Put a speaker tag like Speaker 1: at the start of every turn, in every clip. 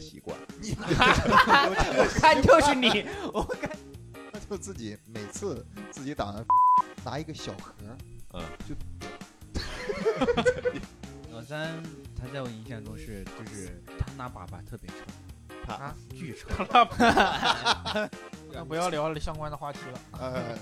Speaker 1: 习惯，
Speaker 2: 你
Speaker 3: 我看就是你，我看
Speaker 2: 那就自己每次自己打完拿一个小盒儿，
Speaker 1: 嗯，
Speaker 2: 就
Speaker 4: 老三，他在我印象中是就是他那粑粑特别臭，
Speaker 2: 他
Speaker 4: 巨臭。
Speaker 5: 那不要聊相关的话题了。
Speaker 2: 呃，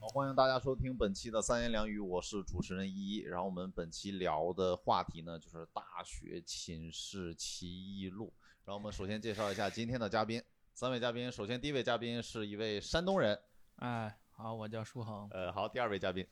Speaker 1: 好，欢迎大家收听本期的三言两语，我是主持人依依。然后我们本期聊的话题呢，就是大学寝室奇异录。然后我们首先介绍一下今天的嘉宾，三位嘉宾。首先第一位嘉宾是一位山东人，
Speaker 4: 哎，好，我叫舒恒。
Speaker 1: 呃，好，第二位嘉宾，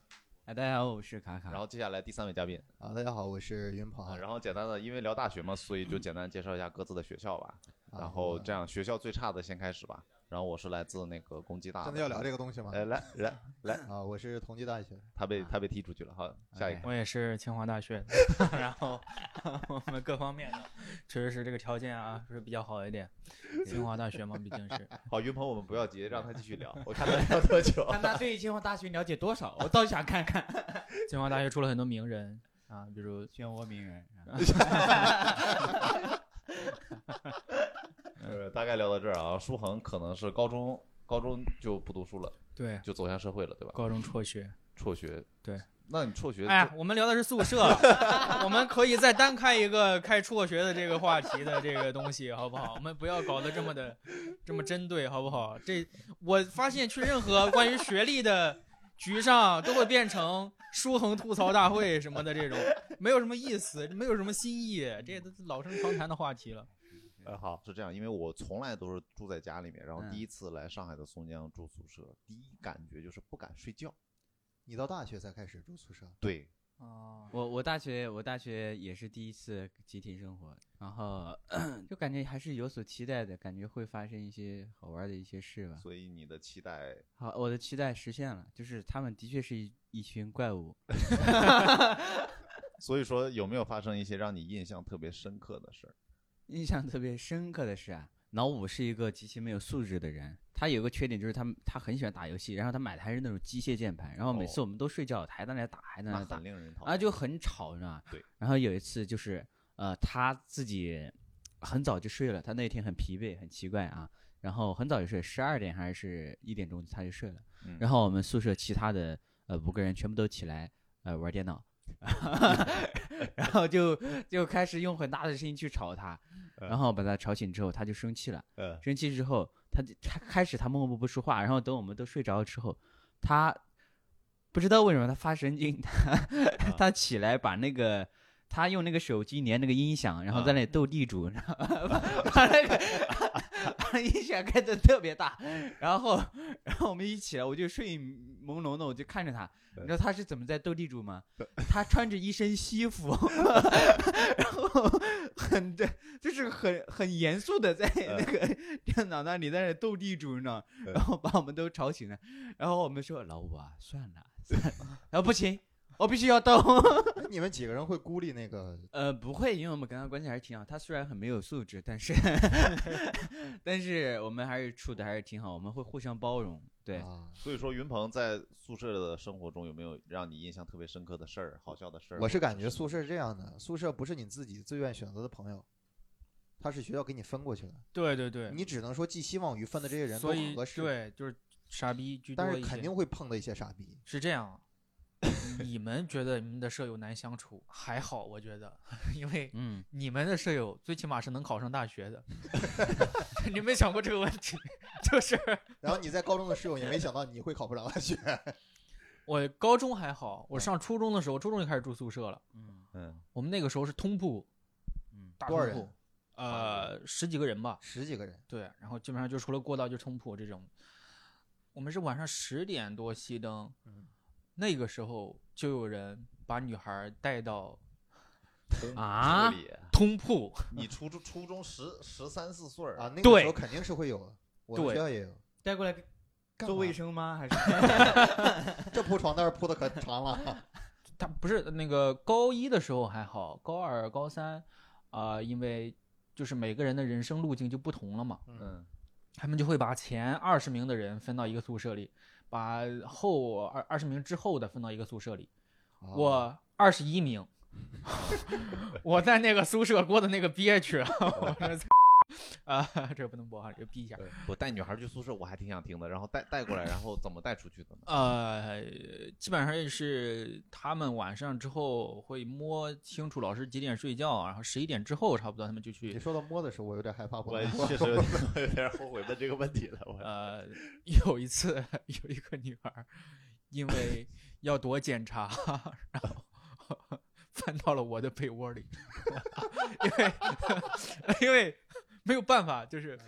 Speaker 4: 哎，大家好，我是卡卡。
Speaker 1: 然后接下来第三位嘉宾
Speaker 2: 啊，大家好，我是云鹏
Speaker 1: 啊。
Speaker 2: 啊，
Speaker 1: 然后简单的，因为聊大学嘛，所以就简单介绍一下各自的学校吧。
Speaker 2: 啊
Speaker 1: 然后这样，学校最啊差的先开始吧。然后我是来自那个公鸡大，
Speaker 2: 真的要聊这个东西吗？
Speaker 1: 哎，来来来，
Speaker 2: 啊，我是同济大学，
Speaker 1: 他被他被踢出去了。好，下一个
Speaker 4: 我也是清华大学 的，然后我们各方面的确实是这个条件啊，是比较好一点。清华大学 嘛，毕竟是。
Speaker 1: 好，云鹏，我们不要急，让他继续 聊，我看他聊多久。
Speaker 4: 看他对清华大学了解多少，我倒想看看。 清华大学出了很多名人啊，比如
Speaker 3: 漩涡鸣人，
Speaker 1: 呃，大概聊到这儿啊。舒恒可能是高中，高中就不读书了，
Speaker 4: 对
Speaker 1: 就走向社会了，对吧？
Speaker 4: 高中辍学。
Speaker 1: 辍学。
Speaker 4: 对，
Speaker 1: 那你辍学，
Speaker 4: 哎，我们聊的是宿舍，我们可以再单开一个开辍学的这个话题的这个东西，好不好？我们不要搞得这么的这么针对，好不好？这我发现去任何关于学历的局上都会变成书恒吐槽大会什么的这种，没有什么意思，没有什么新意，这都是老生常谈的话题了。
Speaker 2: 哎
Speaker 1: 呃，好，是这样，因为我从来都是住在家里面，然后
Speaker 4: 嗯
Speaker 1: 第一次来上海的松江住宿舍，第一感觉就是不敢睡觉。
Speaker 2: 你到大学才开始住宿舍，
Speaker 1: 对，
Speaker 4: 哦，
Speaker 3: 我我大学我大学也是第一次集体生活，然后就感觉还是有所期待的，感觉会发生一些好玩的一些事
Speaker 4: 嗯
Speaker 3: 吧。
Speaker 1: 所以你的期待，
Speaker 3: 好，我的期待实现了，就是他们的确是一一群怪物。
Speaker 1: 所以说有没有发生一些让你印象特别深刻的
Speaker 4: 嗯
Speaker 1: 事儿？
Speaker 3: 印象特别深刻的是啊，老五是一个极其没有素质的人。他有个缺点就是他他很喜欢打游戏，然后他买的还是那种机械键盘，然后每次
Speaker 1: 哦
Speaker 3: 我们都睡觉，他还在那打，还在
Speaker 1: 那
Speaker 3: 那打
Speaker 1: 很，令人讨厌
Speaker 3: 啊，就很吵，你知道吗？
Speaker 1: 对。
Speaker 3: 然后有一次就是，呃，他自己很早就睡了，他那天很疲惫，很奇怪啊。然后很早就睡，十二点还是一点钟他就睡了。
Speaker 1: 嗯
Speaker 3: 然后我们宿舍其他的呃五个人全部都起来呃玩电脑， 然后就就开始用很大的声音去吵他，然后把他吵醒之后他就生气了。
Speaker 1: 呃，
Speaker 3: 生气之后，他就他开始他默默不说话，然后等我们都睡着之后，他不知道为什么他发神经， 他他起来把那个。他用那个手机连那个音响，然后在那里斗地主，然后把把那个把 音响开的特别大，然后然后我们一起来，我就睡意朦胧的，我就看着他，你知道他是怎么在斗地主吗？他穿着一身西服，然后 很对，就是很很严肃的在
Speaker 4: 嗯
Speaker 1: 呃
Speaker 3: 那个电脑那里在那斗地主，你知道吗，
Speaker 1: 呃
Speaker 3: 然后把我们都吵醒了，然后我们说老五啊，算了，算了， 然后不行，我必须要斗。
Speaker 2: 哎你们几个人会孤立那个
Speaker 3: 呃，不会，因为我们跟他关系还是挺好。他虽然很没有素质，但 是但是我们还是处的还是挺好，我们会互相包容。对，
Speaker 2: 啊？
Speaker 1: 所以说云鹏在宿舍的生活中有没有让你印象特别深刻的事儿、好笑的事儿？
Speaker 2: 我是感觉宿舍是这样的，宿舍不是你自己自愿选择的朋友，他是学校给你分过去的，
Speaker 4: 对对对，
Speaker 2: 你只能说寄希望于分的这些人都
Speaker 4: 所以
Speaker 2: 合适，
Speaker 4: 对就是傻逼居多
Speaker 2: 但
Speaker 4: 一
Speaker 2: 是
Speaker 4: 些，
Speaker 2: 肯定会碰到一些傻逼。
Speaker 4: 是这样，啊你们觉得你们的舍友难相处？还好，我觉得，因为
Speaker 3: 嗯，
Speaker 4: 你们的舍友最起码是能考上大学的。 你没想过这个问题？ 就是
Speaker 2: 然后你在高中的室友也没想到你会考不上大学，
Speaker 4: 我高中还好，我
Speaker 3: 嗯
Speaker 4: 上初中的时候，初中就开始住宿舍了。
Speaker 3: 嗯
Speaker 1: 嗯，
Speaker 4: 我们那个时候是通铺，
Speaker 3: 嗯，
Speaker 4: 大
Speaker 2: 多少
Speaker 4: 通
Speaker 2: 人
Speaker 4: 铺，呃，十几个人吧。
Speaker 2: 十几个人，
Speaker 4: 对，然后基本上就除了过道就通铺这种。我们是晚上十点多熄灯，
Speaker 2: 嗯
Speaker 4: 那个时候就有人把女孩带到
Speaker 3: 啊
Speaker 1: 处理
Speaker 4: 通铺，
Speaker 1: 你初中初中十十三四岁儿
Speaker 2: 啊，那个
Speaker 4: 对
Speaker 2: 时候肯定是会有的，我们
Speaker 4: 对
Speaker 2: 学校也有。
Speaker 3: 带过来
Speaker 2: 干
Speaker 3: 做
Speaker 2: 嘛
Speaker 3: 卫生吗？还是
Speaker 2: 这铺床单儿铺的可长了，
Speaker 4: 他不是那个高一的时候还好，高二、高三，啊、因为就是每个人的人生路径就不同了嘛。
Speaker 1: 嗯
Speaker 4: 他们就会把前二十名的人分到一个宿舍里，把后二二十名之后的分到一个宿舍里。
Speaker 2: 哦
Speaker 4: 我二十一名， 我在那个宿舍过的那个憋屈啊！ 我说啊，这不能播啊，这个逼一下。
Speaker 1: 对我带女孩去宿舍，我还挺想听的。然后带带过来，然后怎么带出去的呢？
Speaker 4: 呃，基本上也是他们晚上之后会摸清楚老师几点睡觉，啊然后十一点之后差不多他们就
Speaker 2: 你
Speaker 4: 去。
Speaker 2: 说到摸的时候，我有点害怕。不
Speaker 1: 我
Speaker 2: 能
Speaker 1: 确实有点 我有点后悔问这个问题了。我
Speaker 4: 呃，有一次 有一个女孩儿因为要躲检查，然后 翻到了我的被窝里，因为因为没有办法，就是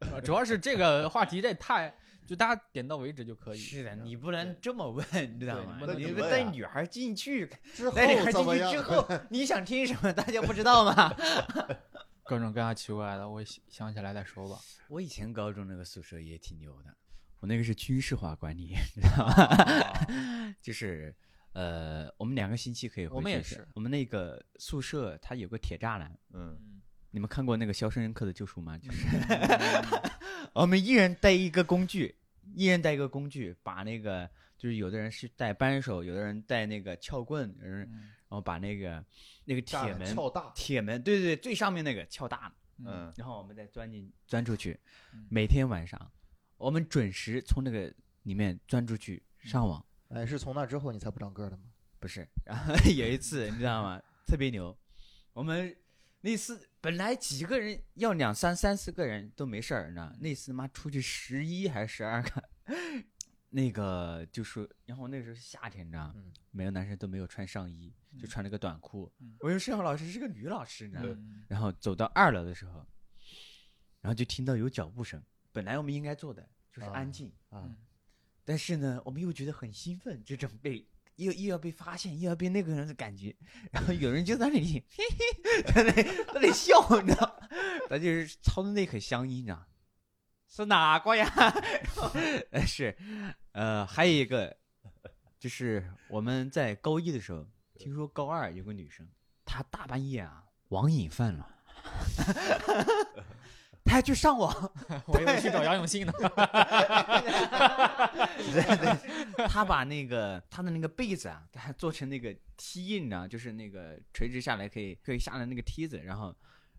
Speaker 4: 呃主要是这个话题这太就大家点到为止就可以。
Speaker 6: 是的，你不能这么问，你知道
Speaker 4: 对
Speaker 6: 吗
Speaker 4: 你不？能
Speaker 6: 你
Speaker 1: 这么
Speaker 6: 带
Speaker 1: 问啊
Speaker 6: 女孩进去，
Speaker 2: 之后
Speaker 6: 带女孩
Speaker 2: 怎
Speaker 6: 进
Speaker 2: 么
Speaker 6: 去
Speaker 2: 样
Speaker 6: 之？
Speaker 5: 哦
Speaker 6: 后，你想听什么，大家不知道 吗？
Speaker 4: 各种各样奇怪的，我想想起来再说吧。
Speaker 6: 我以前高中那个宿舍也挺牛的，
Speaker 5: 我那个是军事化管理， 啊
Speaker 4: 嗯
Speaker 5: 就是呃，我们两个星期可以回去
Speaker 4: 我们也
Speaker 5: 一次
Speaker 4: 是，
Speaker 5: 我们那个宿舍它有个铁栅栏，
Speaker 1: 嗯，
Speaker 5: 你们看过那个《肖申克的救赎》吗？就是我们一人带一个工具，一人带一个工具，把那个就是有的人是带扳手，有的人带那个撬棍，有人
Speaker 4: 嗯
Speaker 5: 然后把那个那个铁
Speaker 2: 栅栏
Speaker 5: 门
Speaker 2: 撬大，
Speaker 5: 铁门，对对对，最上面那个撬大的，
Speaker 1: 嗯，
Speaker 5: 然后我们再钻进钻出去
Speaker 4: 嗯。
Speaker 5: 每天晚上，我们准时从那个里面钻出去上网。
Speaker 2: 哎，是从那之后你才不长个儿的吗？
Speaker 5: 不是，然后 有一次你知道吗？特别牛，我们那次本来几个人要两三三四个人都没事儿呢，那次妈出去十一还是十二个， 那个就是，然后那时候是夏天，你知道吗？
Speaker 2: 嗯
Speaker 5: 每个男生都没有穿上衣，就
Speaker 4: 嗯
Speaker 5: 穿了个短裤。
Speaker 4: 嗯
Speaker 5: 我有生活老师是个女老师，你知道吗？
Speaker 4: 嗯
Speaker 5: 然后走到二楼的时候，然后就听到有脚步声。本来我们应该做的就是
Speaker 2: 啊
Speaker 5: 安静，
Speaker 2: 啊
Speaker 4: 嗯
Speaker 5: 但是呢，我们又觉得很兴奋，这种被又又要被发现，又要被那个人的感觉。然后有人就在那里嘿嘿，在那里在那里笑，你知道吗， 他就是操的那口乡音啊，是哪个呀？ 然后是，呃，还有一个就是我们在高一的时候，听说高二有个女生，她大半夜啊网瘾犯了， 她还去上网。
Speaker 4: 我以为去找杨永 信呢。
Speaker 5: 对对，他把那个他的那个被子啊，给它做成那个梯，你知道，就是那个垂直下来可以可以下来那个梯子，然后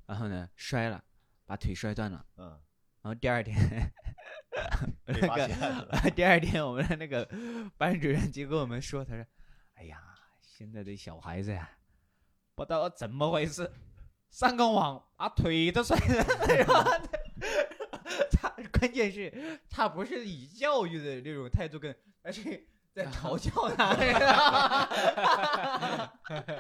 Speaker 5: 然后呢摔了，把腿摔断了，
Speaker 1: 嗯，
Speaker 5: 然后第二天
Speaker 1: 被发现了。
Speaker 5: 第二天我们的那个班主任就跟我们说，他说，哎呀，现在的小孩子呀，不知道怎么回事，上个网把腿都摔了， 然后他关键是他不是以教育的那种态度跟，而是在嘲笑他，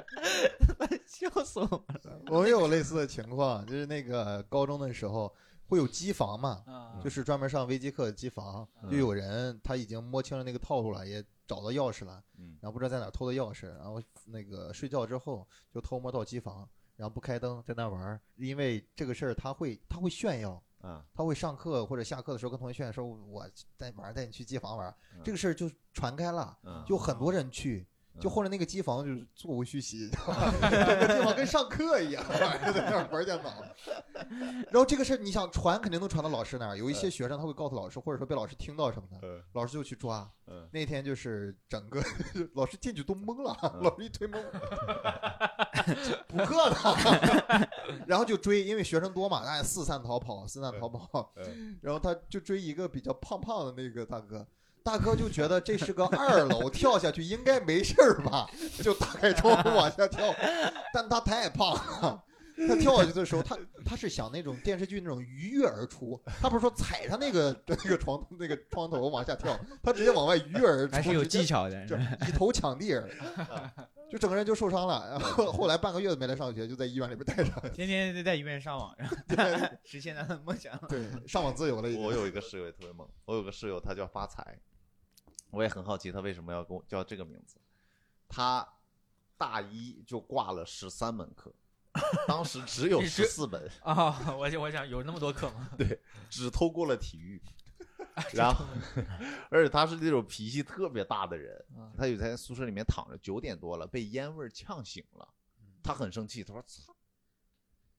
Speaker 5: 笑死我了。
Speaker 2: 我也有类似的情况，就是那个高中的时候会有机房嘛，
Speaker 1: 嗯
Speaker 5: 嗯
Speaker 4: 啊
Speaker 2: 就是专门上微机课的机房，就有人他已经摸清了那个套路了，也找到钥匙了，
Speaker 1: 嗯
Speaker 2: 然后不知道在哪儿偷的钥匙，然后那个睡觉之后就偷摸到机房，然后不开灯在那玩儿，因为这个事儿他会他会炫耀，
Speaker 1: 啊，
Speaker 2: 他会上课或者下课的时候跟同学炫耀说，我带晚上带你去机房玩儿
Speaker 1: 嗯，
Speaker 2: 这个事儿就传开了，
Speaker 1: 嗯，
Speaker 2: 就很多人去。
Speaker 1: 嗯
Speaker 2: 就后来那个机房就是座无虚席，你知 道吧整个地方跟上课一样， 就在那儿玩电脑。然后这个事儿，你想传肯定能传到老师那儿，有一些学生他会告诉老师，或者说被老师听到什么的，
Speaker 1: 嗯
Speaker 2: 老师就去抓。
Speaker 1: 嗯，
Speaker 2: 那天就是 整个老师进去都懵 了，
Speaker 1: 嗯
Speaker 2: 老师一推门，补课呢， 然后就追，因为学生多嘛，大家四散逃跑，四散逃跑
Speaker 1: 嗯，
Speaker 2: 然后他就追一个比较胖胖的那个大哥。大哥就觉得这是个二楼，跳下去应该没事儿吧，就打开窗户往下跳，但他太胖了。他跳下去的时候，他他是想那种电视剧那种鱼跃而出，他不是说踩上那个那个床那个窗头往下跳，他直接往外鱼跃而出，
Speaker 5: 还是有
Speaker 2: 直接
Speaker 5: 技巧的，
Speaker 2: 就以头抢地而已，就整个人就受伤了。然后后来半个月没来上学，就在医院里边待着。
Speaker 5: 天天都在医院上网，然后实现他的梦想。
Speaker 2: 对，上网自由了已
Speaker 1: 我
Speaker 2: 经。
Speaker 1: 有一个室友也特别猛，我有个室友他叫发财，我也很好奇他为什么要跟我叫这个名字。他大一就挂了十三门课，当时只有
Speaker 4: 你这
Speaker 1: 十四门，
Speaker 4: 啊！我就我想有那么多课吗？
Speaker 1: 只偷过了体育，然后，而且他是那种脾气特别大的人
Speaker 4: 啊，
Speaker 1: 他有在宿舍里面躺着，九点多了，被烟味儿呛醒了，他很生气，他说：“操，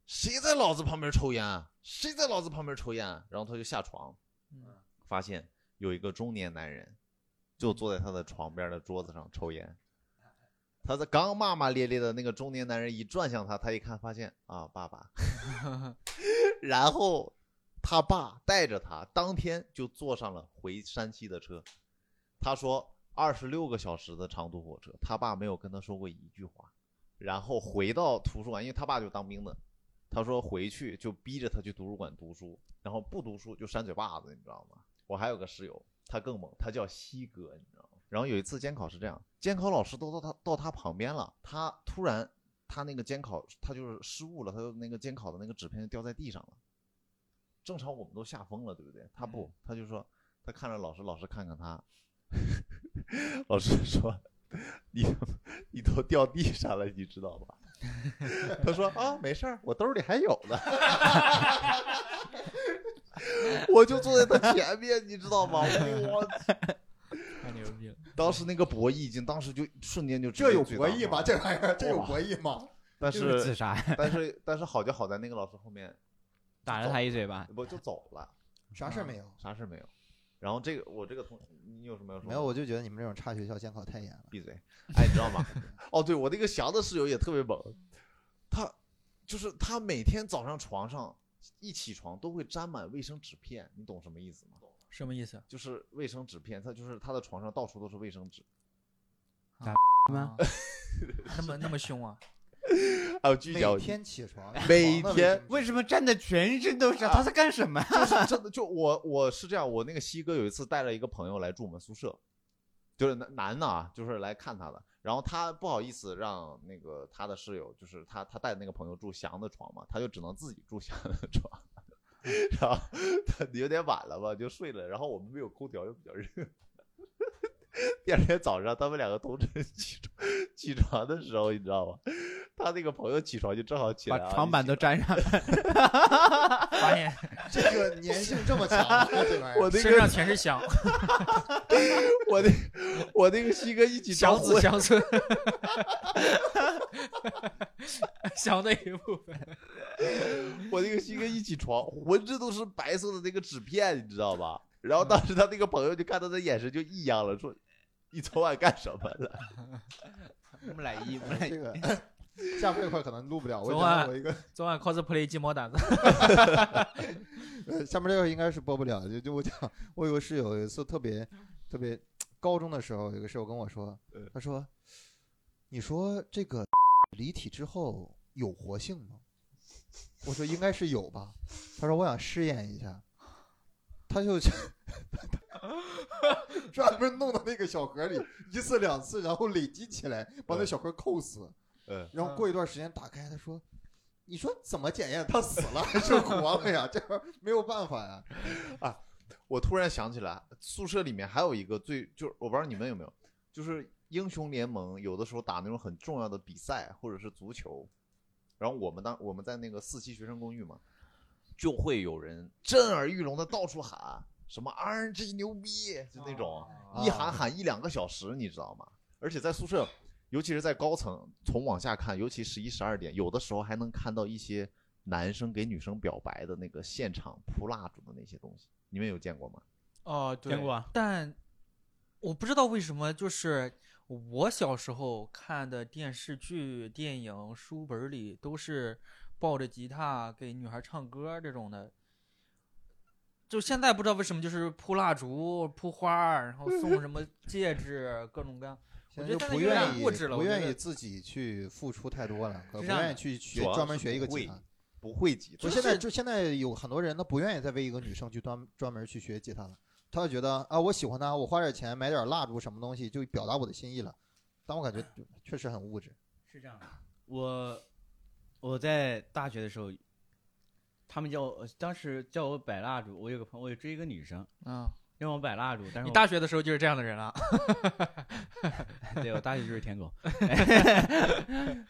Speaker 1: 谁在老子旁边抽烟？啊谁在老子旁边抽烟？啊然后他就下床，
Speaker 4: 嗯
Speaker 1: 发现有一个中年男人就坐在他的床边的桌子上抽烟。他在刚骂骂咧咧的那个中年男人一转向他，他一看发现啊，爸爸。然后他爸带着他当天就坐上了回山西的车。他说二十六个小时的长途火车，他爸没有跟他说过一句话。然后回到图书馆，因为他爸就当兵的，他说回去就逼着他去图书馆读书，然后不读书就扇嘴巴子，你知道吗？我还有个室友，他更猛，他叫西哥，你知道吗？然后有一次监考是这样，监考老师都到他到他旁边了，他突然他那个监考他就是失误了，他就那个监考的那个纸片就掉在地上了。正常我们都吓疯了，对不对？他
Speaker 2: 嗯
Speaker 1: 不，他就说他看着老师，老师看看他， 老师说你你都掉地上了，你知道吧？ 他说啊，没事儿，我兜里还有呢。 我就坐在他前面，你知道吗？我
Speaker 4: 太牛逼了！
Speaker 1: 当时那个博弈已经，当时就瞬间就直
Speaker 2: 这
Speaker 1: 接
Speaker 2: 有
Speaker 1: 最
Speaker 2: 博
Speaker 1: 大
Speaker 2: 弈
Speaker 1: 化
Speaker 2: 吗？
Speaker 1: 了
Speaker 2: 这玩意儿这有博弈吗？
Speaker 1: 但
Speaker 5: 就是 自杀，
Speaker 1: 但是但是好就好在那个老师后面
Speaker 3: 打了他一嘴巴。
Speaker 1: 不就走了，
Speaker 2: 啥
Speaker 1: 啊
Speaker 2: 事儿没有，
Speaker 1: 啥事没有。然后这个我这个同你有什么要说的？
Speaker 2: 没有，我就觉得你们这种差学校监考太严了。
Speaker 1: 闭嘴！哎，你知道吗？ 哦，对，我那个翔的室友也特别猛，他就是他每天早上床上一起床都会沾满卫生纸片，你懂什么意思吗？
Speaker 4: 什么意思？
Speaker 1: 就是卫生纸片，他就是他的床上到处都是卫生纸。
Speaker 3: 吗
Speaker 4: 啊？ 那么那么凶啊？
Speaker 1: 还
Speaker 2: 啊
Speaker 1: 有聚
Speaker 2: 每天起床，
Speaker 1: 每
Speaker 2: 床的
Speaker 1: 天
Speaker 2: 卫生纸
Speaker 5: 为什么站的全身都是？他在干什么？
Speaker 1: 就是真的，就我我是这样，我那个西哥有一次带了一个朋友来住我们宿舍，就是男男的啊，就是来看他的。然后他不好意思让那个他的室友，就是他他带的那个朋友住翔的床嘛，他就只能自己住翔的床。
Speaker 5: 嗯
Speaker 1: 然后他有点晚了吧，就睡了。然后我们没有空调，又比较热。第二天早上，他们两个同时起床起床的时候，你知道吗？他那个朋友起床就正好起来、
Speaker 5: 把
Speaker 1: 啊，
Speaker 5: 床板
Speaker 1: 一起
Speaker 5: 都粘上了，
Speaker 4: 发现
Speaker 2: 这个粘性这么强吗，这玩意
Speaker 1: 我
Speaker 2: 儿。
Speaker 1: 那
Speaker 4: 身上
Speaker 1: 个
Speaker 4: 全是香，
Speaker 1: 我那我那个西哥 一起
Speaker 4: 祥
Speaker 1: 床，
Speaker 4: 子 祥 村，祥的一部分。
Speaker 1: 我那个西哥一起床，浑身都是白色的那个纸片，你知道吧？然后当时他那个朋友就看他的眼神就异样了，说：“你昨晚干什么了
Speaker 5: 木乃伊，木乃伊
Speaker 2: 这个下面这块可能录不了，我
Speaker 4: 昨
Speaker 2: 想到
Speaker 4: 晚
Speaker 2: 我一个，
Speaker 4: 昨晚 cosplay 鸡毛掸子，
Speaker 2: 呃下面这块应该是播不了。就就我讲，我有个室友有一次特别特别，高中的时候有个室友跟我说
Speaker 1: 嗯，
Speaker 2: 他说：“你说这个离体之后有活性吗？”我说：“应该是有吧。”他说：“我想试验一下。”他 就专门弄到那个小盒里，一次两次，然后累积起来，把那小盒扣死。？”
Speaker 1: 嗯，
Speaker 2: 然后
Speaker 4: 嗯
Speaker 2: 过一段时间打开，他说：“你说怎么检验他死 了还是活了呀？这玩意儿没有办法呀。
Speaker 1: 我突然想起来，宿舍里面还有一个最就是我不知道你们有没有，就是英雄联盟有的时候打那种很重要的比赛或者是足球，然后我们当我们在那个四期学生公寓嘛，就会有人震耳欲聋的到处喊什么 RNG 牛逼，就那种。一喊喊一两个小时，你知道吗？而且在宿舍，尤其是在高层，从往下看，尤其十一、十二点，有的时候还能看到一些男生给女生表白的那个现场铺蜡烛的那些东西，你们有见过吗？
Speaker 4: 哦，对
Speaker 5: 见，过啊。
Speaker 4: 但我不知道为什么，就是我小时候看的电视剧、电影、书本里都是抱着吉他给女孩唱歌这种的。就现在不知道为什么，就是铺蜡烛、铺花儿，然后送什么戒指，各种各样。”
Speaker 2: 现
Speaker 4: 我
Speaker 2: 在
Speaker 4: 觉
Speaker 2: 就
Speaker 4: 得
Speaker 2: 不
Speaker 4: 现在有
Speaker 2: 愿
Speaker 4: 点
Speaker 2: 意，
Speaker 4: 过质了
Speaker 2: 不
Speaker 4: 我觉
Speaker 2: 愿意
Speaker 4: 得
Speaker 2: 自己去付出太多了，不
Speaker 4: 是这样
Speaker 2: 愿意去学
Speaker 1: 主要
Speaker 2: 专门
Speaker 1: 是
Speaker 2: 学一个
Speaker 1: 不会
Speaker 2: 技能。
Speaker 1: 不会几
Speaker 2: 就现在，就现在有很多人，他不愿意再为一个女生去专专门去学吉他了，他就觉得啊，我喜欢她，我花点钱买点蜡烛什么东西，就表达我的心意了。但我感觉确实很物质。
Speaker 5: 是这样的，我我在大学的时候，他们叫我当时叫我摆蜡烛，我有个朋友我有追一个女生，
Speaker 4: 啊，
Speaker 5: 让我摆蜡烛，但是
Speaker 4: 你
Speaker 5: 我
Speaker 4: 大学的时候就是这样的人啊了。
Speaker 5: 对我大学就是舔 狗，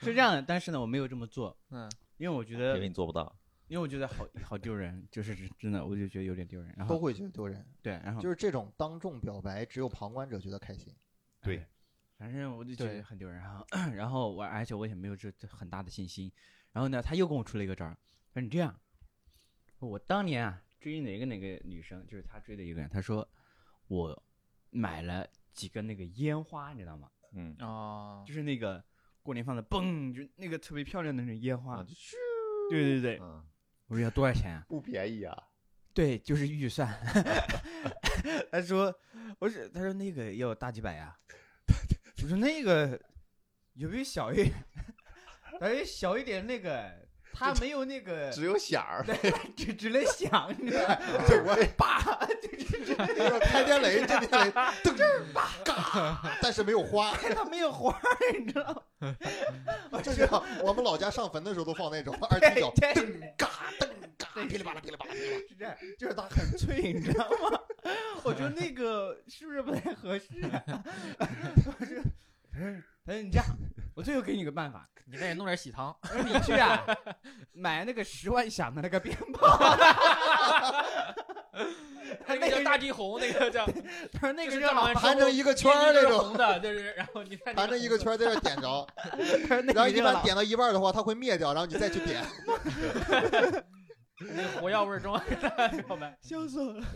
Speaker 5: 是这样的，但是呢，我没有这么做，
Speaker 4: 嗯，
Speaker 5: 因为我觉得，
Speaker 1: 你做不到。
Speaker 5: 因为我觉得好好丢人，就是真的，我就觉得有点丢人。然
Speaker 2: 都
Speaker 5: 后
Speaker 2: 会觉得丢人，
Speaker 4: 嗯
Speaker 5: 对，然后
Speaker 2: 就是这种当众表白，只有旁观者觉得开心。
Speaker 1: 对
Speaker 5: 哎反正我就觉
Speaker 3: 对
Speaker 5: 得很丢人啊。然后 我而且我也没有这这很大的信心。然后呢，他又跟我出了一个招儿，他说你这样，我当年啊追哪个哪个女生，就是他追的一个人，他说我买了几个那个烟花，你知道吗？
Speaker 1: 嗯，
Speaker 4: 啊
Speaker 5: 就是那个过年放的嘣，就是那个特别漂亮的那种烟花
Speaker 1: 啊。就
Speaker 5: 对对对，
Speaker 1: 嗯，
Speaker 5: 我说要多少钱啊？
Speaker 2: 不便宜啊，
Speaker 5: 对，就是预算。 他说，我说，他说那个要大几百呀、我说那个有没有小一点？他说小一点那个，他没有那个，
Speaker 2: 只有响儿，
Speaker 5: 只只能想，你知道吗
Speaker 2: 这我也叭，就是开天雷，震天雷，噔噔叭嘎，但是没有花，
Speaker 5: 他没有花儿，你知道吗？
Speaker 2: 就像我们老家上坟的时候都放那种二踢脚，
Speaker 5: 对对
Speaker 2: 噔嘎噔嘎，噼里啪啦噼里啪啦噼里啪啦，
Speaker 5: 是这样，就是他很脆，你知道吗？ 我觉得那个是不是不太合适、啊？ 我说，他说你这样，我最后给你个办法，
Speaker 4: 你再弄点喜糖，
Speaker 5: 我说你去啊，买那个十万响的那个鞭炮，
Speaker 4: 那个叫大地红，那个 叫
Speaker 5: 他说那个
Speaker 4: 就是
Speaker 5: 热
Speaker 4: 干
Speaker 5: 闹
Speaker 4: 嘛，
Speaker 2: 盘成一个圈儿那
Speaker 4: 那
Speaker 2: 种，
Speaker 4: 红的，就是然后你看
Speaker 2: 盘成一个圈儿在这儿点 着，
Speaker 5: 他说那
Speaker 2: 然
Speaker 5: 个
Speaker 2: 后一
Speaker 5: 热
Speaker 2: 般
Speaker 5: 闹，
Speaker 2: 点到一半的话，它会灭掉，然后你再去点。
Speaker 4: 那个火药味儿中， 好吧？
Speaker 5: 笑死我了。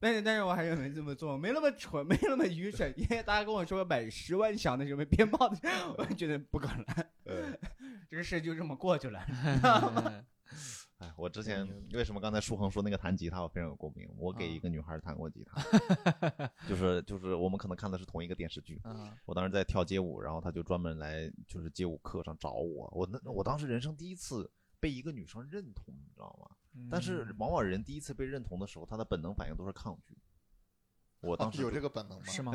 Speaker 5: 但是但是我还是没这么做，没那么蠢，没那么愚蠢，因为大家跟我说买十万响的什么鞭炮的，我觉得不可能，
Speaker 1: 呃，
Speaker 5: 这个事就这么过去了。
Speaker 4: 嗯
Speaker 1: 哎，我之前为什么刚才舒恒说那个弹吉他，我非常有共鸣。我给一个女孩弹过吉他， 就是就是我们可能看的是同一个电视剧，
Speaker 4: 嗯，
Speaker 1: 我当时在跳街舞，然后他就专门来就是街舞课上找我。我那我当时人生第一次被一个女生认同，你知道吗？但是
Speaker 2: 嗯
Speaker 1: 往往人第一次被认同的时候，他的本能反应都是抗拒。我当时
Speaker 2: 有
Speaker 1: 就
Speaker 2: 这个本能哦吗？
Speaker 4: 是吗？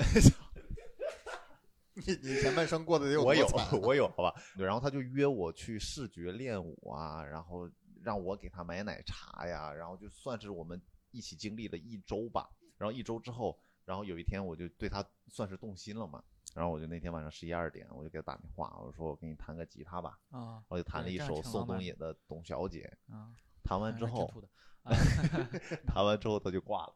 Speaker 2: 你你前半生过得得有
Speaker 1: 我
Speaker 2: 多
Speaker 1: 有
Speaker 2: 惨？啊
Speaker 1: 我有好吧，对，然后他就约我去视觉练舞啊，然后让我给他买奶茶呀，然后就算是我们一起经历了一周吧。然后一周之后，然后有一天我就对他算是动心了嘛，然后我就那天晚上十一二点我就给他打电话，我说我给你弹个吉他吧，
Speaker 4: 啊
Speaker 1: 我就弹了
Speaker 4: 对
Speaker 1: 一
Speaker 4: 这样
Speaker 1: 首
Speaker 4: 挺浪
Speaker 1: 宋
Speaker 4: 漫
Speaker 1: 冬
Speaker 4: 的
Speaker 1: 野的《董小姐
Speaker 4: 啊，》，
Speaker 1: 弹完之
Speaker 4: 哎那挺嗯
Speaker 1: 后
Speaker 4: 土的
Speaker 1: 弹完之后他就挂了，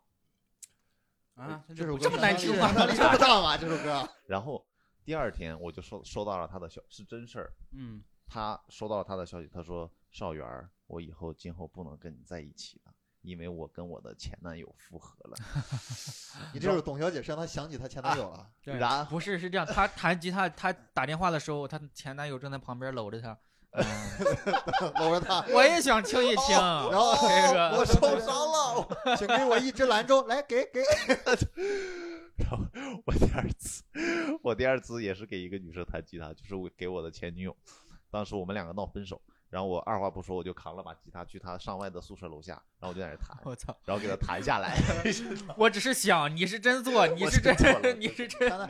Speaker 5: 啊，
Speaker 2: 这首歌
Speaker 4: 这么难听吗
Speaker 2: 杀伤力这么大吗？这首歌
Speaker 1: 然后第二天我就收收到了他的消，是真事儿，
Speaker 5: 嗯，
Speaker 1: 他收到了他的消息，他说：“少元儿，我以后今后不能跟你在一起了，因为我跟我的前男友复合了。
Speaker 2: 你这首《董小姐》是让她想起她前男友了。
Speaker 4: 对
Speaker 1: 然后
Speaker 4: 不是，是这样，她弹吉他，她打电话的时候，她前男友正在旁边搂着她。
Speaker 2: 搂着她，
Speaker 4: 我也想听一听，
Speaker 2: 然后
Speaker 4: 这个
Speaker 2: 我受伤了， 请给我一支兰州，来给给。
Speaker 1: 我第二次，我第二次也是给一个女生弹吉他，就是我给我的前女友。当时我们两个闹分手，然后我二话不说，我就扛了把吉他去她上外的宿舍楼下，然后我就在那儿弹，
Speaker 4: 我操！
Speaker 1: 然后给她弹下来。
Speaker 4: 我只是想，你是真做，你是
Speaker 1: 真做了
Speaker 4: 真，你是真
Speaker 2: 看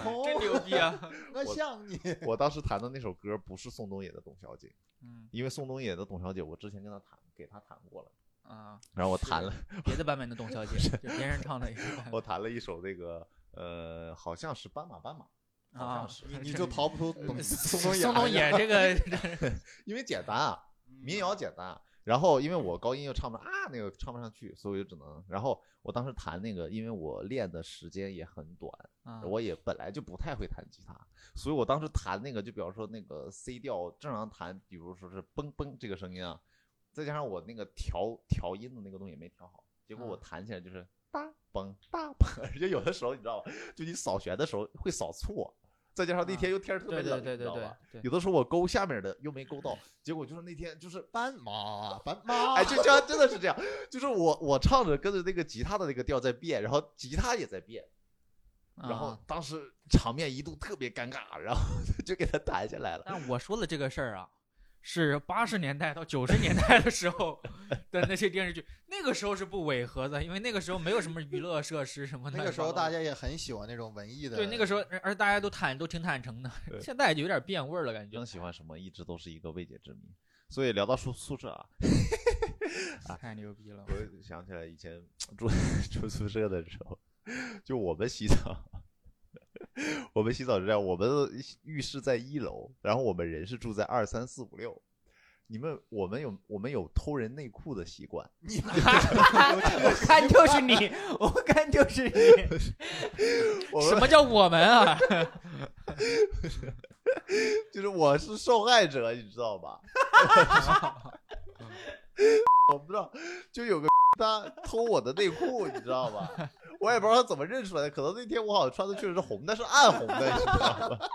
Speaker 2: 红，
Speaker 4: 真牛逼啊！
Speaker 2: 我哦像你。
Speaker 1: 我当时弹的那首歌不是宋冬野的《董小姐》，
Speaker 4: 嗯
Speaker 1: 因为宋冬野的《董小姐》我之前跟她弹，给她弹过了，
Speaker 4: 啊，
Speaker 1: 然后我弹了。
Speaker 4: 别的版本的董小姐，就别人唱的也是版
Speaker 1: 我弹了一首那个呃，好像是斑马斑马，
Speaker 4: 本
Speaker 1: 好
Speaker 4: 啊
Speaker 1: 像。是，
Speaker 2: 你你就逃不出董宋冬野。
Speaker 4: 宋冬 野这个
Speaker 1: 因为简单啊，
Speaker 4: 嗯
Speaker 1: 民 谣简单啊。然后因为我高音又唱不上啊，那个唱不上去，所以我就只能。然后我当时弹那个，因为我练的时间也很短，
Speaker 4: 啊
Speaker 1: 我也本来就不太会弹吉他，所以我当时弹那个，就比方说那个 C 调正常弹，比如说是嘣嘣这个声音啊，再加上我那个调调音的那个东西也没调好，结果我
Speaker 4: 啊
Speaker 1: 弹起来就是哒嘣哒嘣， 而且有的时候你知道吧，就你扫弦的时候会扫错，再加上那天又天儿特别
Speaker 4: 啊对
Speaker 1: 冷，
Speaker 4: 对
Speaker 1: 你知
Speaker 4: 对对
Speaker 1: 道
Speaker 4: 对
Speaker 1: 吧？
Speaker 4: 对，
Speaker 1: 有的时候我勾下面的又没勾到，结果就是那天就是
Speaker 2: 斑马，斑
Speaker 4: 啊
Speaker 2: 马，
Speaker 1: 哎， 就这样，真的是这样，就是我我唱着跟着那个吉他的那个调在变，然后吉他也在变，然后
Speaker 4: 啊。
Speaker 1: 当时场面一度特别尴尬，然后 就给他弹下来了。
Speaker 4: 但我说的这个事儿啊，是八十年代到九十年代的 时候的那些电视剧，那个时候是不违和的，因为那个时候没有什么娱乐设施什么的。
Speaker 2: 那个时候大家也很喜欢那种文艺的。
Speaker 4: 对那个时候，而大家都坦都挺坦诚的
Speaker 1: 对，
Speaker 4: 现在就有点变味儿了，感觉
Speaker 2: 嗯
Speaker 1: 能。喜欢什么，一直都是一个未解之谜。所以聊到宿宿 舍啊，啊
Speaker 4: 太牛逼了！
Speaker 1: 我想起来以前住住宿舍的时候，就我们洗澡， 我们洗澡是这样，我们的浴室在一楼，然后我们人是住在二三四五六。你们我们有我们有偷人内裤的习惯，
Speaker 2: 你
Speaker 5: 我看就是你，我看就是你，
Speaker 1: 我
Speaker 4: 什
Speaker 1: 们
Speaker 4: 么叫我们啊？
Speaker 1: 就是我是受害者，你知道吧？ 我不知道，就有个他偷我的内裤，你知道吧？我也不知道他怎么认出来的，可能那天我好像穿的确实是红的，是暗红的，你知道吧？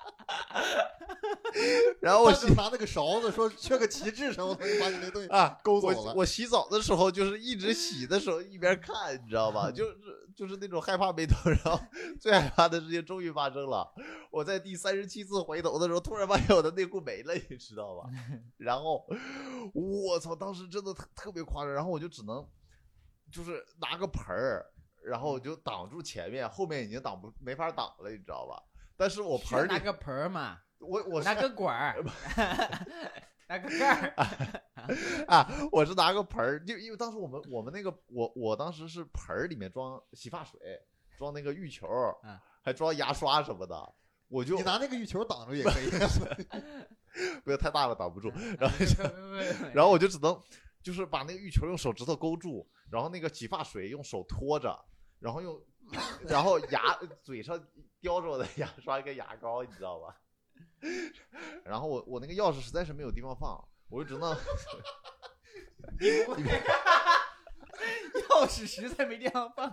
Speaker 1: 然后我
Speaker 2: 当
Speaker 1: 洗
Speaker 2: 时拿那个勺子说缺个旗帜什么的，就把你那东西
Speaker 1: 啊，
Speaker 2: 勾走
Speaker 1: 我
Speaker 2: 了。
Speaker 1: 我洗澡的时候就是一直洗的时候一边看，你知道吧？就是就是那种害怕没头，然后最害怕的事情终于发生了。我在第三十七次回头的时候，突然发现我的内裤没了，你知道吧？然后我操，当时真的特特别夸张，然后我就只能就是拿个盆儿，然后我就挡住前面，后面已经挡不没法挡了，你知道吧？但是我盆儿
Speaker 5: 拿
Speaker 1: 里，
Speaker 5: 个盆儿嘛，
Speaker 1: 我我是
Speaker 5: 拿个管 儿，拿个盖儿，
Speaker 1: 啊，我是拿个盆儿，就因为当时我们我们那个我我当时是盆儿里面装洗发水，装那个浴球儿，
Speaker 5: 啊
Speaker 1: 还装牙刷什么的，我就
Speaker 2: 嗯你拿那个浴球挡住也可以，
Speaker 1: 不要太大了挡不住，
Speaker 2: 哎
Speaker 1: 然后
Speaker 5: 不不不不
Speaker 1: 然后我就只能就是把那个浴球用手指头勾住，然后那个洗发水用手托着，然后 用然后牙嘴上叼着我的牙刷跟牙膏，你知道吧？ 然后我我那个钥匙实在是没有地方放，我就只能。
Speaker 5: 钥匙实在没地方放，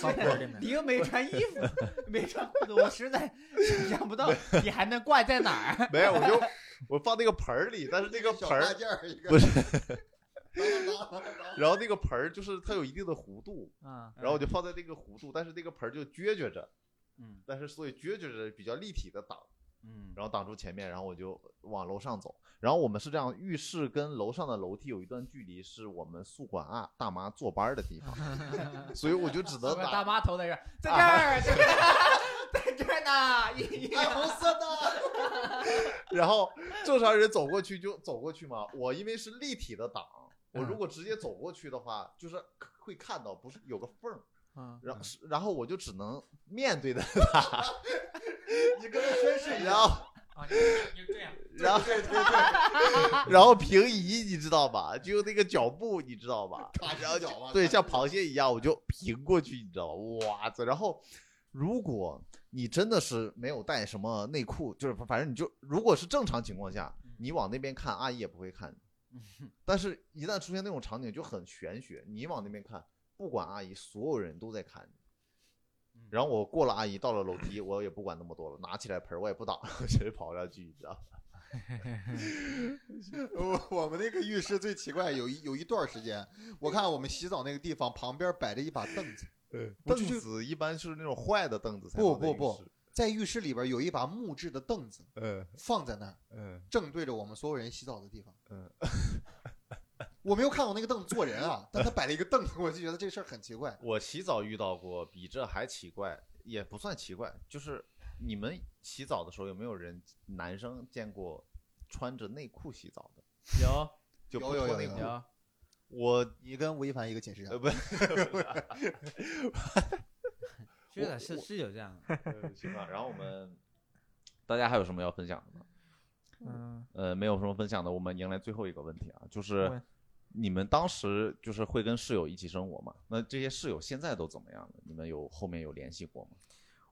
Speaker 4: 靠谱真的
Speaker 5: 你又没穿衣服，没穿裤子，我实在想不到你还能挂在哪儿。
Speaker 1: 没有，我就我放那个盆儿里，但是那个
Speaker 2: 小
Speaker 1: 盆儿
Speaker 2: 大件儿一个。
Speaker 1: 不 是
Speaker 2: 当当当当当，
Speaker 1: 然后那个盆儿就是它有一定的弧度，
Speaker 5: 啊，
Speaker 1: 然后我就放在那个弧度，但是那个盆儿就撅撅着，
Speaker 5: 嗯
Speaker 1: 但是所以撅撅着比较立体的挡，
Speaker 5: 嗯
Speaker 1: 然后挡住前面，然后我就往楼上走。然后我们是这样，浴室跟楼上的楼梯有一段距离，是我们宿管啊大妈坐班儿的地方， 所以我就只能
Speaker 5: 我大
Speaker 1: 拿
Speaker 5: 妈头在这儿，在这儿，在这 儿，在这儿
Speaker 4: 啊
Speaker 5: 呢，一一
Speaker 2: 哎，红色的，
Speaker 1: 然后正常人走过去就走过去嘛，我因为是立体的挡，我如果直接走过去的话，就是会看到不是有个缝儿，
Speaker 4: 嗯，
Speaker 1: 然后是然后我就只能面对的，
Speaker 2: 你跟他宣誓一
Speaker 1: 然
Speaker 2: 样。
Speaker 1: 后
Speaker 4: 啊，你就这样，
Speaker 1: 然后
Speaker 2: 对对对，啊
Speaker 1: 然后平移，你知道吧？就用那个脚步，你知道吧？
Speaker 2: 卡
Speaker 1: 然后
Speaker 2: 死
Speaker 1: 就
Speaker 2: 脚啊！
Speaker 1: 对，像螃蟹一样，我就平过去，你知道吧？哇塞！然后，如果你真的是没有带什么内裤，就是反正你就如果是正常情况下，
Speaker 2: 嗯
Speaker 1: 你往那边看，阿姨也不会看你。但是，一旦出现那种场景，就很玄学。你往那边看，不管阿姨，所有人都在看你。
Speaker 2: 嗯
Speaker 1: 然后我过了阿姨，到了楼梯，我也不管那么多了，拿起来盆儿我也不挡， 我直接跑上去，你知道吧？
Speaker 2: 我我们那个浴室最奇怪，有一有一段时间，我看我们洗澡那个地方旁边摆着一把凳子，我
Speaker 1: 凳
Speaker 2: 就
Speaker 1: 子一般是那种坏的凳子才
Speaker 2: 不
Speaker 1: 放在
Speaker 2: 不
Speaker 1: 浴
Speaker 2: 不
Speaker 1: 室，
Speaker 2: 在浴室里边有一把木质的凳子
Speaker 1: 嗯
Speaker 2: 放在那儿，
Speaker 1: 嗯
Speaker 2: 正对着我们所有人洗澡的地方。
Speaker 1: 嗯，
Speaker 2: 我没有看过那个凳子坐人啊，但他摆了一个凳子，我就觉得这事儿很奇怪。
Speaker 1: 我洗澡遇到过比这还奇怪，也不算奇怪，就是你们洗澡的时候有没有人男生见过穿着内裤洗澡的，
Speaker 4: 有
Speaker 1: 就不
Speaker 2: 有有
Speaker 1: 脱
Speaker 2: 有
Speaker 1: 内
Speaker 2: 有
Speaker 1: 裤？
Speaker 4: 有，
Speaker 1: 我
Speaker 2: 你跟吴亦凡一个寝室啊
Speaker 1: 呃？不，
Speaker 5: 是的，是是有这样的，
Speaker 1: 呃行吧。然后我们 大家还有什么要分享的吗？
Speaker 4: 嗯，
Speaker 1: 呃，没有什么分享的，我们迎来最后一个问题啊，就是
Speaker 4: 问
Speaker 1: 你们当时就是会跟室友一起生活嘛？那这些室友现在都怎么样了？你们有后面有联系过 吗？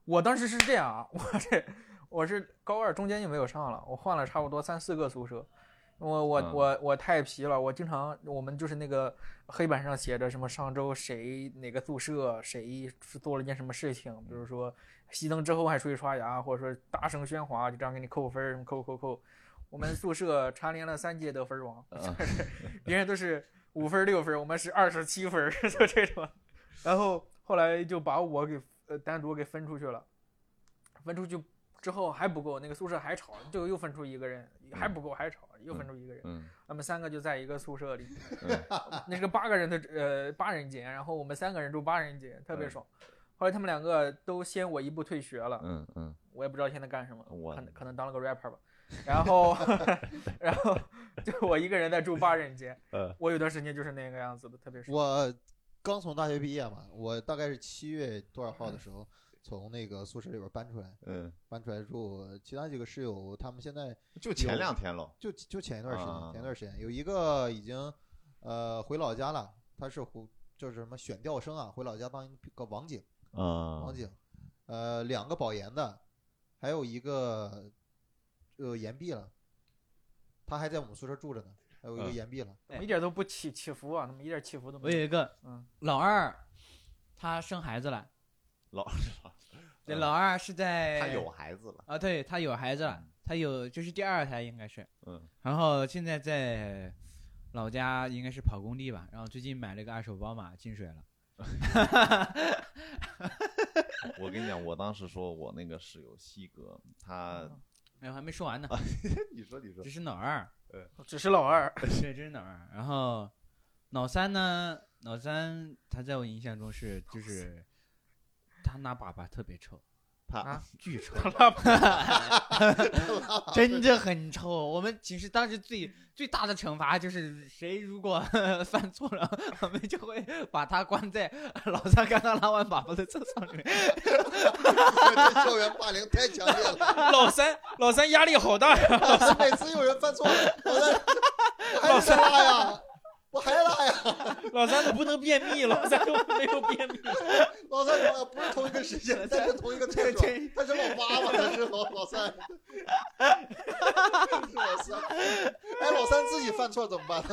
Speaker 4: 我当时是这样啊，我这我是高二中间就没有上了，我换了差不多三四个宿舍。我我
Speaker 1: 嗯
Speaker 4: 我我太皮了，我经常我们就是那个黑板上写着什么上周谁哪个宿舍谁是做了一件什么事情，比如说熄灯之后还出去刷牙，或者说大声喧哗，就这样给你扣分儿，什么扣扣扣。我们宿舍蝉联了三届得分王，
Speaker 1: 啊，
Speaker 4: 别人都是五分儿六分儿，我们是二十七分儿， 就这种。然后后来就把我给呃单独给分出去了，分出去之后还不够，那个宿舍还吵，就又分出一个人，还不够还吵，又分出一个人。
Speaker 1: 嗯
Speaker 4: 我们三个就在一个宿舍里，
Speaker 1: 嗯
Speaker 4: 那是个八个人的呃八人间，然后我们三个人住八人间，特别爽。后来他们两个都先我一步退学了，
Speaker 1: 嗯嗯，
Speaker 4: 我也不知道现在干什么，
Speaker 1: 我
Speaker 4: 可能可能当了个 rapper 吧。然后， 然后就我一个人在住八人间，
Speaker 1: 呃
Speaker 4: 我有段时间就是那个样子的，特别是
Speaker 2: 我刚从大学毕业嘛，我大概是七月多少号的时候从那个宿舍里边搬出来，
Speaker 1: 嗯，
Speaker 2: 搬出来住。其他几个室友他们现在
Speaker 1: 就前
Speaker 2: 有
Speaker 1: 两天喽。
Speaker 2: 就就前一段时间，
Speaker 1: 啊
Speaker 2: 前一段时间有一个已经呃回老家了，他是湖就是什么选调生啊，回老家当一个网警，
Speaker 1: 啊
Speaker 2: 网警，呃，两个保研的，还有一个呃岩壁了，他还在我们宿舍住着呢，还有一个
Speaker 1: 嗯
Speaker 2: 岩壁了，
Speaker 4: 怎么一点都不起起伏啊？怎么一点起伏 都
Speaker 5: 我
Speaker 4: 没
Speaker 5: 有
Speaker 4: 有？
Speaker 5: 一 个
Speaker 4: 嗯
Speaker 5: 老二，他生孩子了。
Speaker 1: 老
Speaker 5: 对，
Speaker 1: 嗯
Speaker 5: 老二是在
Speaker 1: 他
Speaker 2: 哎
Speaker 1: 有孩子了，
Speaker 5: 啊，嗯对他有孩子了，他有就是第二胎应该是，
Speaker 1: 嗯，
Speaker 5: 然后现在在老家应该是跑工地吧，然后最近买了个二手宝马进水了。
Speaker 1: 我跟你讲，我当时说我那个室友西哥，他
Speaker 2: 嗯
Speaker 1: 哎
Speaker 5: 哎，我还没说完呢，
Speaker 1: 你说你说
Speaker 5: 这是老二，
Speaker 4: 嗯只是老二，
Speaker 5: 对，这是老二。然后老三呢，老三他在我印象中是就是他拉粑粑特别臭，
Speaker 1: 他
Speaker 4: 啊
Speaker 5: 巨臭，
Speaker 4: 拉不
Speaker 5: 真的很臭。我们寝室当时最最大的惩罚就是谁如果 犯错了，我们就会把他关在老三刚刚拉完粑粑的厕所里面。
Speaker 2: 哎这校园霸凌太强烈了，
Speaker 4: 老三，老三压力好大呀！
Speaker 2: 老师每次有人犯错，我在我还在拉呀，我还拉呀，
Speaker 4: 老三都不能便秘，老三都没有便秘。
Speaker 2: 老三说不是同一个时间，但是同一个厕所，他是老八吧，他是老老三， 是老三，哎，老三自己犯错怎么办？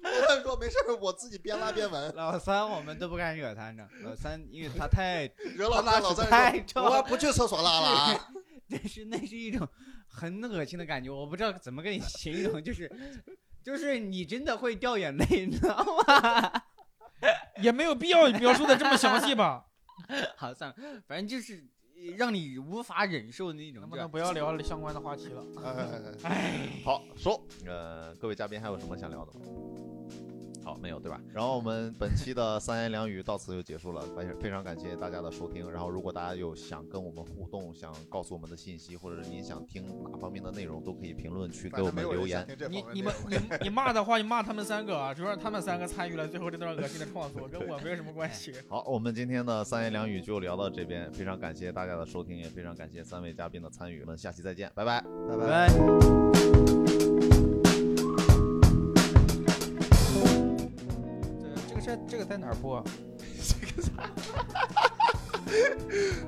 Speaker 2: 老三说没事儿，我自己边拉边闻，
Speaker 5: 老三我们都不敢惹他，你知道，老三因为他 太
Speaker 2: 惹老三，老三
Speaker 5: 太
Speaker 2: 说
Speaker 5: 臭
Speaker 2: 我
Speaker 5: 了，
Speaker 2: 不去厕所拉了啊，
Speaker 5: 那是那是一种很恶心的感觉，我不知道怎么跟你形容，就是就是你真的会掉眼泪，你知道吗？
Speaker 4: 也没有必要描述的这么详细 吧？
Speaker 5: 好，算了，反正就是让你无法忍受的那种劲
Speaker 4: 能
Speaker 5: 儿。
Speaker 4: 不能不要聊相关的话题了？
Speaker 2: 哎。
Speaker 1: 好说，呃，各位嘉宾还有什么想聊的吗？好，没有对吧？然后我们本期的三言两语到此就结束了，非常非常感谢大家的收听。然后如果大家有想跟我们互动、想告诉我们的信息，或者是您想听哪方面的内容，都可以评论区给我们留言。。
Speaker 4: 你你们你你骂的话，你骂他们三个啊，主要是他们三个参与了最后这段恶心的创作，跟我没有什么关系。
Speaker 1: 好，我们今天的三言两语就聊到这边，非常感谢大家的收听，也非常感谢三位嘉宾的参与。我们下期再见，拜拜。
Speaker 2: 拜拜。
Speaker 5: 拜。
Speaker 4: 对，这个在这个在哪儿播？啊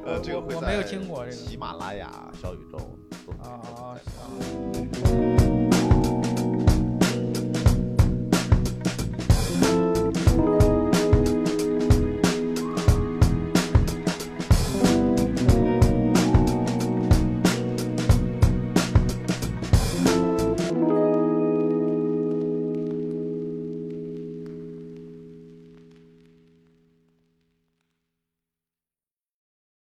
Speaker 1: 呃，这个会
Speaker 4: 我
Speaker 1: 在
Speaker 4: 呃没有听过这个
Speaker 1: 喜马拉雅、小宇宙都可以
Speaker 4: 啊啊啊！